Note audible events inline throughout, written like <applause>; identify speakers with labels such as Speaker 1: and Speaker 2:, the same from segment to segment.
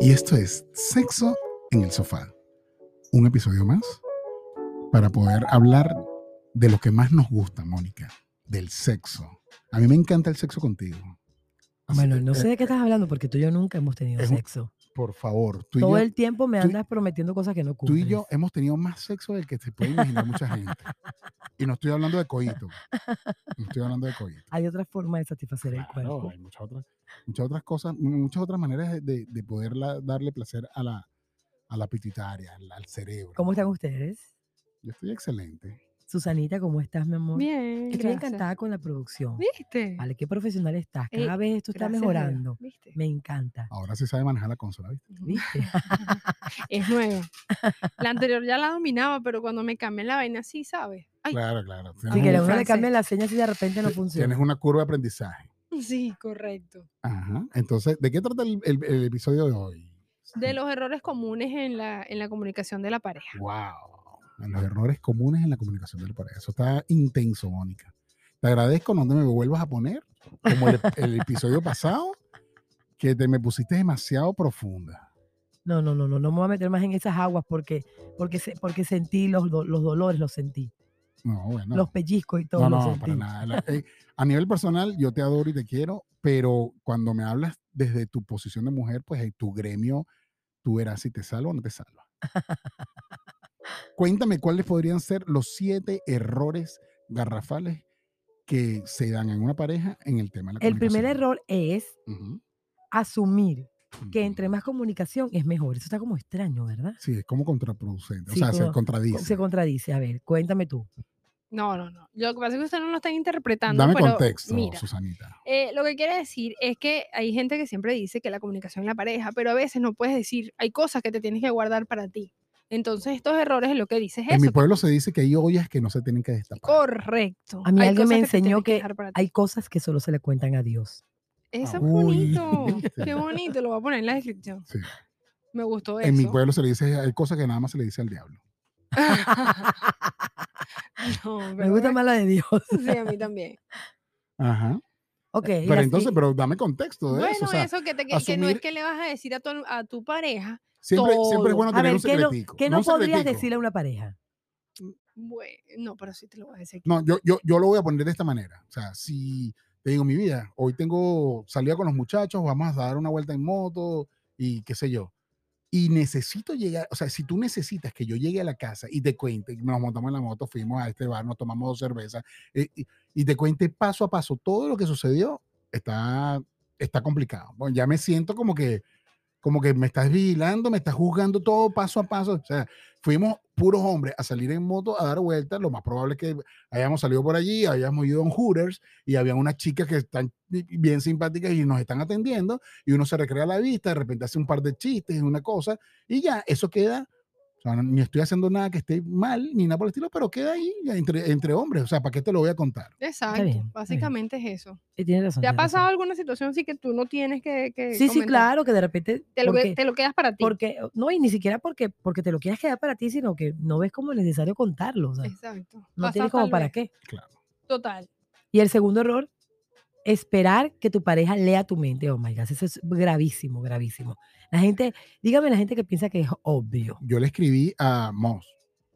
Speaker 1: Y esto es Sexo en el Sofá. Un episodio más para poder hablar de lo que más nos gusta, Mónica, del sexo. A mí me encanta el sexo contigo. Así
Speaker 2: Bueno,
Speaker 1: que,
Speaker 2: no sé
Speaker 1: eh,
Speaker 2: de qué estás hablando porque tú y yo nunca hemos tenido
Speaker 1: es un-
Speaker 2: sexo.
Speaker 1: Por favor, tú y,
Speaker 2: Todo
Speaker 1: yo,
Speaker 2: el tiempo me
Speaker 1: tú y-
Speaker 2: andas prometiendo cosas que no
Speaker 1: tú
Speaker 2: cumples.
Speaker 1: y yo hemos tenido más sexo del que se puede imaginar mucha gente. Y no estoy hablando de coito. No estoy hablando de coito.
Speaker 2: Hay otra forma de satisfacer el
Speaker 1: Claro,
Speaker 2: cuerpo.
Speaker 1: hay muchas otras, muchas otras cosas, muchas otras maneras de- de, de poder la- darle placer a la, a la pituitaria, al, al cerebro.
Speaker 2: ¿Cómo están ustedes?
Speaker 1: Yo estoy excelente.
Speaker 2: Susanita, ¿cómo estás, mi amor?
Speaker 3: Bien.
Speaker 2: Estoy
Speaker 3: gracias.
Speaker 2: encantada con la producción.
Speaker 3: ¿Viste?
Speaker 2: Vale, qué profesional estás.
Speaker 3: Ey,
Speaker 2: Cada vez esto está
Speaker 3: Gracias a Dios,
Speaker 2: mejorando.
Speaker 3: ¿Viste?
Speaker 2: Me encanta.
Speaker 1: Ahora sí sabe manejar la consola, ¿viste?
Speaker 2: ¿Viste?
Speaker 1: <laughs>
Speaker 2: <laughs>
Speaker 3: es nueva. La anterior ya la dominaba, pero cuando me cambié la vaina, sí, ¿sabes? Ay,
Speaker 1: Claro, claro. Tienes,
Speaker 2: Así que
Speaker 1: un-
Speaker 2: a uno le
Speaker 3: francés.
Speaker 2: cambian las señas y de repente no
Speaker 1: ti-
Speaker 2: funciona.
Speaker 1: tienes una curva de aprendizaje.
Speaker 3: <laughs> sí, correcto.
Speaker 1: Ajá. Entonces, ¿de qué trata el, el- el episodio de hoy?
Speaker 2: <laughs>
Speaker 3: De los errores comunes en la, en la comunicación de la pareja.
Speaker 1: Wow. Los errores comunes en la comunicación del pareja. Eso está intenso, Mónica. Te agradezco no te me vuelvas a poner, como el, el episodio pasado, que te me pusiste demasiado profunda.
Speaker 2: No, no, no, no, no me voy a meter más en esas aguas porque, porque, se- porque sentí los, do- los dolores, los sentí.
Speaker 1: No, bueno.
Speaker 2: Los pellizcos y todo.
Speaker 1: no,
Speaker 2: los
Speaker 1: no,
Speaker 2: sentí.
Speaker 1: para nada. La-
Speaker 2: <laughs>
Speaker 1: eh, a nivel personal, yo te adoro y te quiero, pero cuando me hablas desde tu posición de mujer, pues en tu gremio, tú verás si te salva o no te
Speaker 2: <laughs>
Speaker 1: salva. Cuéntame cuáles podrían ser los siete errores garrafales que se dan en una pareja en el tema de la
Speaker 2: El primer error es
Speaker 1: comunicación.
Speaker 2: asumir
Speaker 1: Ujú,
Speaker 2: que
Speaker 1: ujú.
Speaker 2: entre más comunicación es mejor. Eso está como extraño, ¿verdad?
Speaker 1: Sí, es como contraproducente.
Speaker 2: Sí,
Speaker 1: o sea, se
Speaker 2: como-
Speaker 1: contradice.
Speaker 2: Se contradice. A ver, cuéntame tú.
Speaker 3: No, no, no. Lo que pasa es que ustedes no lo están interpretando.
Speaker 1: Dame
Speaker 3: pero
Speaker 1: contexto,
Speaker 3: Mira,
Speaker 1: Susanita.
Speaker 3: eh, lo que quiere decir es que hay gente que siempre dice que la comunicación es la pareja, pero a veces no puedes decir, hay cosas que te tienes que guardar para ti. Entonces, estos errores es lo que dices
Speaker 1: en mi
Speaker 3: eso.
Speaker 1: pueblo se dice que hay ollas que no se tienen que destapar.
Speaker 3: Correcto.
Speaker 2: A mí
Speaker 3: Hay
Speaker 2: alguien me
Speaker 3: cosas que te
Speaker 2: enseñó
Speaker 3: tienes
Speaker 2: que
Speaker 3: dejar para ti.
Speaker 2: Hay cosas que solo se le cuentan a Dios. Ah,
Speaker 3: Eso es
Speaker 1: Uy,
Speaker 3: bonito.
Speaker 2: <laughs>
Speaker 1: ¿viste?
Speaker 3: Qué bonito. Lo voy a poner en la descripción.
Speaker 1: Sí.
Speaker 3: Me gustó eso.
Speaker 1: En mi pueblo se le dice, hay cosas que nada más se le dice al diablo.
Speaker 3: <laughs> No,
Speaker 2: <laughs> Me
Speaker 3: pero
Speaker 2: gusta
Speaker 3: bueno,
Speaker 2: más la de Dios. <laughs>
Speaker 3: Sí, a mí también.
Speaker 1: Ajá.
Speaker 2: Ok. y
Speaker 1: Pero
Speaker 2: así-
Speaker 1: entonces, pero dame contexto de
Speaker 3: bueno,
Speaker 1: eso.
Speaker 3: eso,
Speaker 1: O sea,
Speaker 3: que, te, que- que no
Speaker 1: asumir-
Speaker 3: es que le vas a decir a tu, a tu pareja.
Speaker 1: siempre, siempre es
Speaker 3: todo.
Speaker 1: bueno
Speaker 2: a
Speaker 1: tener
Speaker 2: ver,
Speaker 1: un
Speaker 2: ¿qué no,
Speaker 1: secretico.
Speaker 2: qué no
Speaker 1: un
Speaker 2: podrías
Speaker 1: secretico.
Speaker 2: decirle a una pareja?
Speaker 3: Bueno, no, pero sí te lo voy a decir. aquí.
Speaker 1: No, yo, yo, yo lo voy a poner de esta manera. O sea, si te digo mi vida, hoy tengo salida con los muchachos, vamos a dar una vuelta en moto y qué sé yo. Y necesito llegar, o sea, si tú necesitas que yo llegue a la casa y te cuente, nos montamos en la moto, fuimos a este bar, nos tomamos dos cervezas eh, y, y te cuente paso a paso todo lo que sucedió, está, está complicado. Bueno, ya me siento como que, como que me estás vigilando, me estás juzgando todo paso a paso. O sea, fuimos puros hombres a salir en moto, a dar vueltas, lo más probable es que habíamos salido por allí, habíamos ido a un Hooters y había unas chicas que están bi- bien simpáticas y nos están atendiendo y uno se recrea la vista, de repente hace un par de chistes, una cosa y ya, eso queda, o sea, no- ni estoy haciendo nada que esté mal ni nada por el estilo, pero queda ahí ya entre, entre hombres, o sea, ¿para qué te lo voy a contar?
Speaker 3: Exacto.
Speaker 2: bien, está bien.
Speaker 3: Básicamente es eso.
Speaker 2: Eh, Tienes razón.
Speaker 3: ¿Te ha
Speaker 2: tienes razón.
Speaker 3: pasado alguna situación así que tú no tienes que. que
Speaker 2: Sí, sí,
Speaker 3: comentar?
Speaker 2: claro, que de repente.
Speaker 3: Te lo, que-
Speaker 2: porque-
Speaker 3: te lo quedas para ti.
Speaker 2: porque oh, no y ni siquiera porque porque te lo quieras quedar para ti sino que no ves como necesario contarlo o sea,
Speaker 3: Exacto.
Speaker 2: no
Speaker 3: Pasa
Speaker 2: tienes como
Speaker 3: tal
Speaker 2: para
Speaker 3: vez.
Speaker 2: qué
Speaker 3: Total.
Speaker 2: y el segundo error esperar que tu pareja lea tu mente oh my god eso es gravísimo gravísimo la gente dígame la gente que piensa que es obvio
Speaker 1: Yo le escribí a Moss,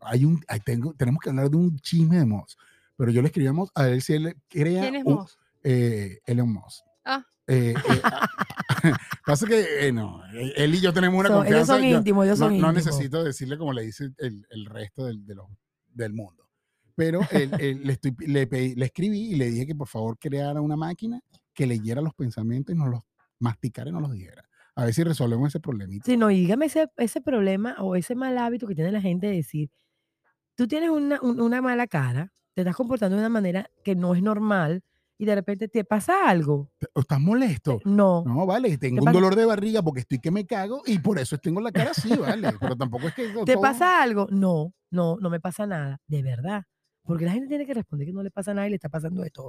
Speaker 1: hay un, ahí tengo, tenemos que hablar de un chisme de Moss, pero yo le escribí a Moss a ver si él crea
Speaker 3: ¿Quién es
Speaker 1: un-
Speaker 3: vos?
Speaker 1: eh, Elon Musk.
Speaker 3: Ah.
Speaker 1: Eh, eh, <laughs> ah, pasa que eh, no, eh, él y yo tenemos una
Speaker 2: So, ellos
Speaker 1: confianza.
Speaker 2: son
Speaker 1: yo
Speaker 2: íntimos ellos
Speaker 1: no,
Speaker 2: son
Speaker 1: no
Speaker 2: íntimos
Speaker 1: necesito decirle como le dice el, el resto del, de los- del mundo. Pero él- él- le, estoy- le pedí- le escribí y le dije que por favor creara una máquina que leyera los pensamientos y nos los masticara y nos los dijera. A ver si resolvemos ese problemita.
Speaker 2: Sí, no, y dígame ese, ese problema o ese mal hábito que tiene la gente de decir, tú tienes una, un- una mala cara, te estás comportando de una manera que no es normal y de repente te pasa algo.
Speaker 1: ¿O ¿Estás molesto?
Speaker 2: No.
Speaker 1: No, vale, tengo un
Speaker 2: pasa-
Speaker 1: dolor de barriga porque estoy que me cago y por eso tengo la cara así, vale. Pero tampoco es que.
Speaker 2: ¿Te
Speaker 1: todo-
Speaker 2: pasa algo? No, no, no me pasa nada, de verdad. Porque la gente tiene que responder que no le pasa nada y le está pasando de todo.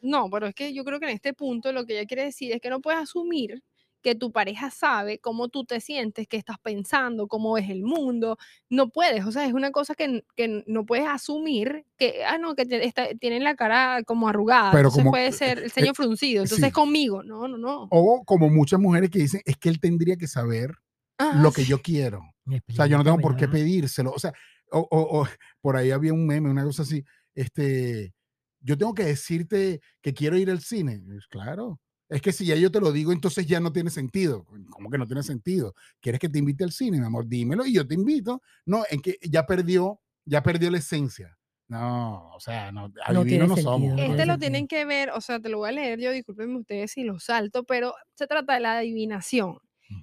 Speaker 3: No, pero es que yo creo que en este punto lo que ella quiere decir es que no puedes asumir que tu pareja sabe cómo tú te sientes, qué estás pensando, cómo ves el mundo. No puedes, o sea, es una cosa que, n- que n- no puedes asumir que, ah, no, que te- está- tienen la cara como arrugada,
Speaker 1: Pero
Speaker 3: entonces
Speaker 1: como- eh,
Speaker 3: puede ser el ceño fruncido, entonces
Speaker 1: sí.
Speaker 3: conmigo. No, no, no.
Speaker 1: O como muchas mujeres que dicen, es que él tendría que saber
Speaker 3: Ajá,
Speaker 1: lo que
Speaker 3: sí.
Speaker 1: yo quiero. O sea, yo no tengo por qué pedírselo. O sea, o, o- <laughs> o- por ahí había un meme, una cosa así. Este, yo tengo que decirte que quiero ir al cine. Pues, claro. Es que si ya yo te lo digo, entonces ya no tiene sentido. Coño, ¿Cómo que no tiene sentido? ¿Quieres que te invite al cine, mi amor? Dímelo y yo te invito. No, en que ya perdió, ya perdió la esencia. No, o sea, no, adivinos
Speaker 2: tiene
Speaker 1: no
Speaker 2: sentido,
Speaker 1: somos.
Speaker 2: no
Speaker 1: pues.
Speaker 3: Este
Speaker 2: Entonces,
Speaker 3: lo tienen que ver, o sea, te lo voy a leer yo, discúlpenme ustedes si lo salto, pero se trata de la adivinación.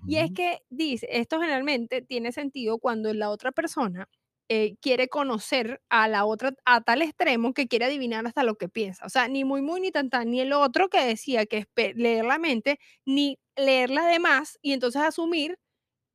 Speaker 3: Y es
Speaker 1: Ujú.
Speaker 3: que dice, esto generalmente tiene sentido cuando la otra persona eh, quiere conocer a la otra a tal extremo que quiere adivinar hasta lo que piensa. O sea, ni muy, muy, ni tan, tan, ni el otro que decía que es pe- leer la mente, ni leerla de más y entonces asumir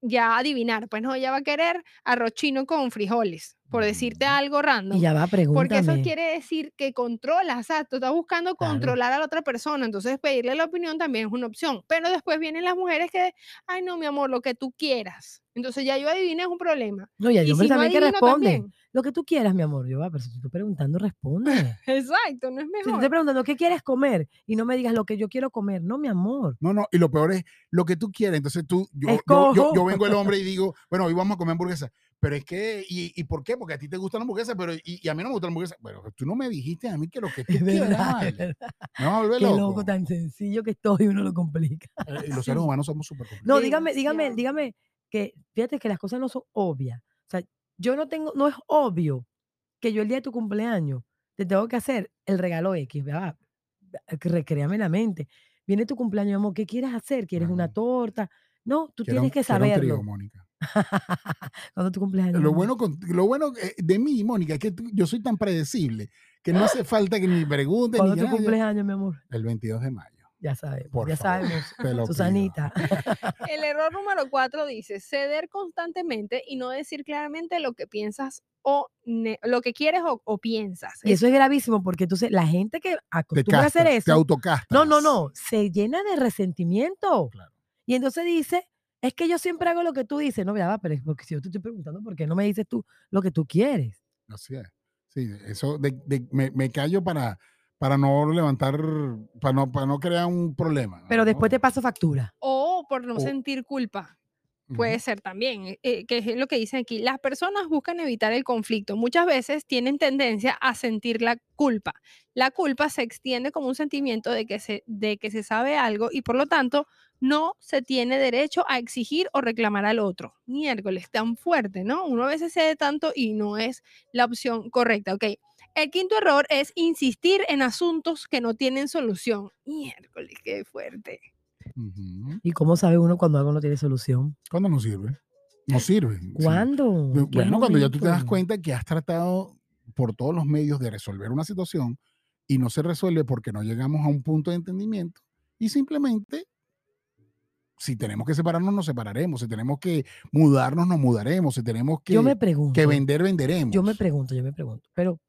Speaker 3: ya adivinar. Pues no, ella va a querer arroz chino con frijoles, por decirte
Speaker 1: Ujú.
Speaker 3: algo random.
Speaker 2: Y ya va, pregúntame.
Speaker 3: Porque eso quiere decir que controlas, o sea, tú estás buscando
Speaker 2: Claro.
Speaker 3: controlar a la otra persona, entonces pedirle la opinión también es una opción. Pero después vienen las mujeres que, ay no, mi amor, lo que tú quieras. Entonces ya yo adivino es un problema.
Speaker 2: No, y hay
Speaker 3: Y
Speaker 2: hombres
Speaker 3: si no
Speaker 2: también que
Speaker 3: adivino
Speaker 2: responden.
Speaker 3: también.
Speaker 2: Lo que tú quieras, mi amor. Yo va, pero si te estoy preguntando,
Speaker 3: <laughs>
Speaker 2: responde.
Speaker 3: Exacto, no es
Speaker 2: Si te estoy
Speaker 3: mejor.
Speaker 2: preguntando qué quieres comer y no me digas lo que yo quiero comer, no, mi amor.
Speaker 1: No, no, y lo peor es lo que tú quieres. Entonces tú, yo, yo, yo- yo
Speaker 2: Escojo.
Speaker 1: vengo el hombre y
Speaker 2: <laughs>
Speaker 1: digo, bueno, hoy vamos a comer hamburguesa. Pero es que, ¿y, y por qué? Porque a ti te gusta la hamburguesa, pero y, y a mí no me gusta la hamburguesa. Pero tú no me dijiste a mí que lo que tú
Speaker 2: <laughs> Es
Speaker 1: quieras,
Speaker 2: verdad, es
Speaker 1: vale.
Speaker 2: verdad.
Speaker 1: Me vas a volver
Speaker 2: Qué loco
Speaker 1: loco.
Speaker 2: tan sencillo que estoy, uno lo complica. <laughs>
Speaker 1: Eh, y los seres humanos somos súper complicados.
Speaker 2: No, dígame, dígame,
Speaker 3: Demasiado.
Speaker 2: dígame que fíjate que las cosas no son obvias. O sea, yo no tengo, no es obvio que yo el día de tu cumpleaños te tengo que hacer el regalo X, ¿verdad? Eh, Recréame la mente. Viene tu cumpleaños, mi amor, ¿qué quieres hacer? ¿Quieres una
Speaker 1: Claro.
Speaker 2: torta? No, tú
Speaker 1: Quiero-
Speaker 2: tienes que
Speaker 1: quiero un trío,
Speaker 2: saberlo.
Speaker 1: Mónica.
Speaker 2: Cuando tu cumpleaños.
Speaker 1: Lo
Speaker 2: amor?
Speaker 1: bueno, con- lo bueno eh, de mí, Mónica, es que tú- yo soy tan predecible que no hace falta que ni preguntes ni
Speaker 2: Cuando
Speaker 1: que
Speaker 2: tu
Speaker 1: nada, yo-
Speaker 2: cumpleaños, mi amor.
Speaker 1: El 22 de mayo.
Speaker 2: Ya sabemos,
Speaker 1: Por
Speaker 2: ya
Speaker 1: favor,
Speaker 2: sabemos.
Speaker 1: Te lo pido.
Speaker 2: Susanita.
Speaker 1: <laughs>
Speaker 3: El error número cuatro dice ceder constantemente y no decir claramente lo que piensas o ne- lo que quieres o, o piensas.
Speaker 2: Y eso es gravísimo porque entonces la gente que
Speaker 1: Te
Speaker 2: acostumbra a
Speaker 1: castas,
Speaker 2: hacer
Speaker 1: te
Speaker 2: eso.
Speaker 1: autocastas.
Speaker 2: No, no, no. Se llena de resentimiento.
Speaker 1: Claro.
Speaker 2: Y entonces dice, es que yo siempre hago lo que tú dices. No, mira, va, pero es porque si yo te estoy preguntando, ¿por qué no me dices tú lo que tú quieres?
Speaker 1: Así es. Sí, eso de, de- me, me callo para, para no levantar, para no, para no crear un problema.
Speaker 2: Pero
Speaker 1: ¿no?
Speaker 2: después te paso factura.
Speaker 3: O por
Speaker 2: Oh.
Speaker 3: no
Speaker 1: O-
Speaker 3: sentir culpa.
Speaker 1: Ujú.
Speaker 2: pues.
Speaker 3: Puede ser también, eh, que es lo que dicen aquí. Las personas buscan evitar el conflicto. Muchas veces tienen tendencia a sentir la culpa. La culpa se extiende como un sentimiento de que se, de que se sabe algo y por lo tanto no se tiene derecho a exigir o reclamar al otro. Miércoles, tan fuerte, ¿no? Uno a veces cede tanto y no es la opción correcta, ¿ok? El quinto error es insistir en asuntos que no tienen solución. Miércoles, qué fuerte.
Speaker 1: Ujú.
Speaker 2: ¿Y cómo sabe uno cuando algo no tiene solución?
Speaker 1: ¿Cuándo no sirve? No sirve. sí.
Speaker 2: ¿Cuándo?
Speaker 1: Bu-
Speaker 2: ¿En qué
Speaker 1: Bueno, cuando ya tú te das
Speaker 2: momento?
Speaker 1: cuenta que has tratado por todos los medios de resolver una situación y no se resuelve porque no llegamos a un punto de entendimiento y simplemente si tenemos que separarnos, nos separaremos. Si tenemos que mudarnos, nos mudaremos. Si tenemos que,
Speaker 2: Yo me pregunto.
Speaker 1: que vender, venderemos.
Speaker 2: Yo me pregunto, yo me pregunto. Pero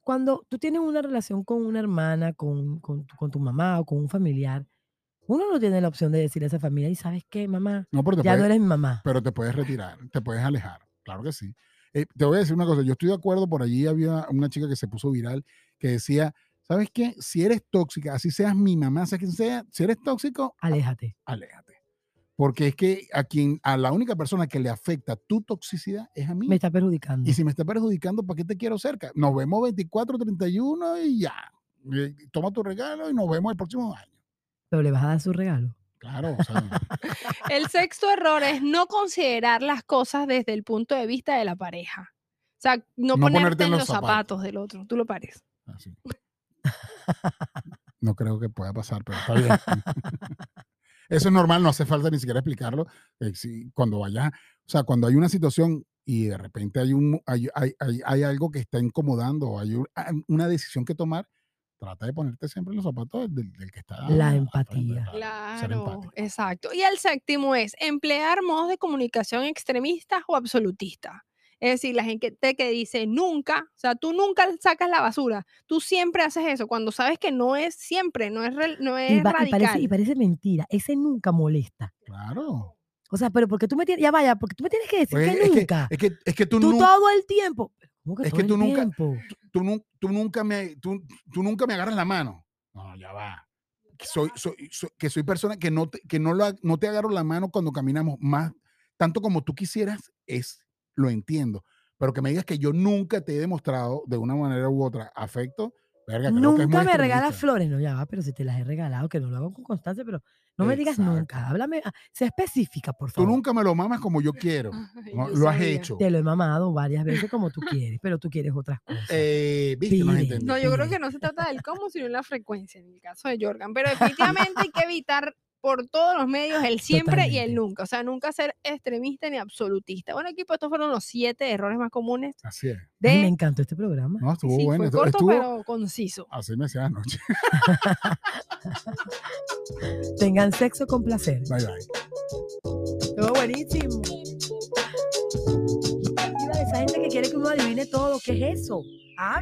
Speaker 2: cuando tú tienes una relación con una hermana, con, con, tu- con tu mamá o con un familiar, uno no tiene la opción de decirle a esa familia, ¿y sabes qué, mamá?
Speaker 1: no, pero te
Speaker 2: Ya
Speaker 1: puedes-
Speaker 2: no eres mi mamá.
Speaker 1: pero te puedes retirar, te puedes alejar, claro que sí. Eh, te voy a decir una cosa, yo estoy de acuerdo, por allí había una chica que se puso viral que decía, ¿sabes qué? Si eres tóxica, así seas mi mamá, sea quien sea, si eres tóxico,
Speaker 2: Aléjate.
Speaker 1: aléjate. Porque es que a quien, a la única persona que le afecta tu toxicidad es a mí.
Speaker 2: Me está perjudicando.
Speaker 1: Y si me está perjudicando, ¿para qué te quiero cerca? Nos vemos 24, 31 y ya. Eh, Toma tu regalo y nos vemos el próximo año.
Speaker 2: Pero le vas a dar su regalo.
Speaker 1: Claro, o sea,
Speaker 3: El sexto error es no considerar las cosas desde el punto de vista de la pareja. O sea,
Speaker 1: No
Speaker 3: no, ponerte, en los, zapatos.
Speaker 1: zapatos.
Speaker 3: del otro. Tú lo pares.
Speaker 2: Ah,
Speaker 1: Así. No creo que pueda pasar, pero está
Speaker 2: <laughs>
Speaker 1: bien. Eso es normal, no hace falta ni siquiera explicarlo. eh, si- cuando vaya, o sea, cuando hay una situación y de repente hay, un, hay, hay- hay- hay algo que está incomodando, o hay un- a- una decisión que tomar, trata de ponerte siempre en los zapatos del, del que está.
Speaker 2: La
Speaker 1: al
Speaker 2: empatía.
Speaker 1: frente, ser
Speaker 3: Claro,
Speaker 1: empático.
Speaker 3: exacto. Y el séptimo es emplear modos de comunicación extremistas o absolutistas. Es decir, la gente que- que dice nunca, o sea, tú nunca sacas la basura, tú siempre haces eso, cuando sabes que no es siempre, no es, rel- no es
Speaker 2: Y, va- y
Speaker 3: radical.
Speaker 2: parece, y parece mentira. Ese nunca molesta.
Speaker 1: Claro.
Speaker 2: O sea, pero porque tú me tienes, ya vaya, porque tú me tienes que decir
Speaker 1: Pues
Speaker 2: que
Speaker 1: es, que,
Speaker 2: nunca.
Speaker 1: es, que, es que tú,
Speaker 2: tú
Speaker 1: nun-
Speaker 2: todo el tiempo. ¿Cómo que
Speaker 1: Es
Speaker 2: todo
Speaker 1: que
Speaker 2: el
Speaker 1: tú nunca-
Speaker 2: tiempo?
Speaker 1: tú, nun- tú nunca me, tú, tú nunca me agarras la mano. No, ya va. Que soy, soy- soy- que soy persona que no te, que no, la- no te agarro la mano cuando caminamos más. tanto como tú quisieras, es, lo entiendo. Pero que me digas que yo nunca te he demostrado de una manera u otra afecto, verga, creo que es muy
Speaker 2: Nunca me regalas
Speaker 1: extremista.
Speaker 2: flores. No, ya va, pero si te las he regalado, que no lo hago con constancia, pero no me digas
Speaker 1: Exacto.
Speaker 2: nunca. Háblame, ah, sea específica, por
Speaker 1: Tú
Speaker 2: favor.
Speaker 1: nunca me lo mamas como yo quiero.
Speaker 3: Ay,
Speaker 1: ¿no?
Speaker 3: yo
Speaker 1: Lo has
Speaker 3: sabía.
Speaker 1: hecho.
Speaker 2: Te lo he mamado varias veces como tú quieres, pero tú quieres otras cosas.
Speaker 1: Eh, Viste, nos
Speaker 2: Pide.
Speaker 1: entendemos.
Speaker 3: No, yo creo
Speaker 2: Ujú.
Speaker 3: que no se trata del cómo, sino la frecuencia en el caso de Jorgan. Pero definitivamente hay que evitar por todos los medios el siempre y el
Speaker 2: Totalmente.
Speaker 3: nunca. O sea, nunca ser extremista ni absolutista. Bueno, equipo, estos fueron los siete errores más comunes
Speaker 1: Así es.
Speaker 3: de...
Speaker 2: Ay, me encantó este programa.
Speaker 1: No, estuvo
Speaker 3: Sí,
Speaker 1: bueno.
Speaker 3: fue
Speaker 1: estuvo-
Speaker 3: corto,
Speaker 1: estuvo-
Speaker 3: pero conciso.
Speaker 1: Así me hacía anoche.
Speaker 2: Tengan sexo con placer.
Speaker 1: <laughs> Bye bye.
Speaker 2: Estuvo buenísimo. Mira, Esa gente que quiere que uno adivine todo, ¿qué es eso? Ah,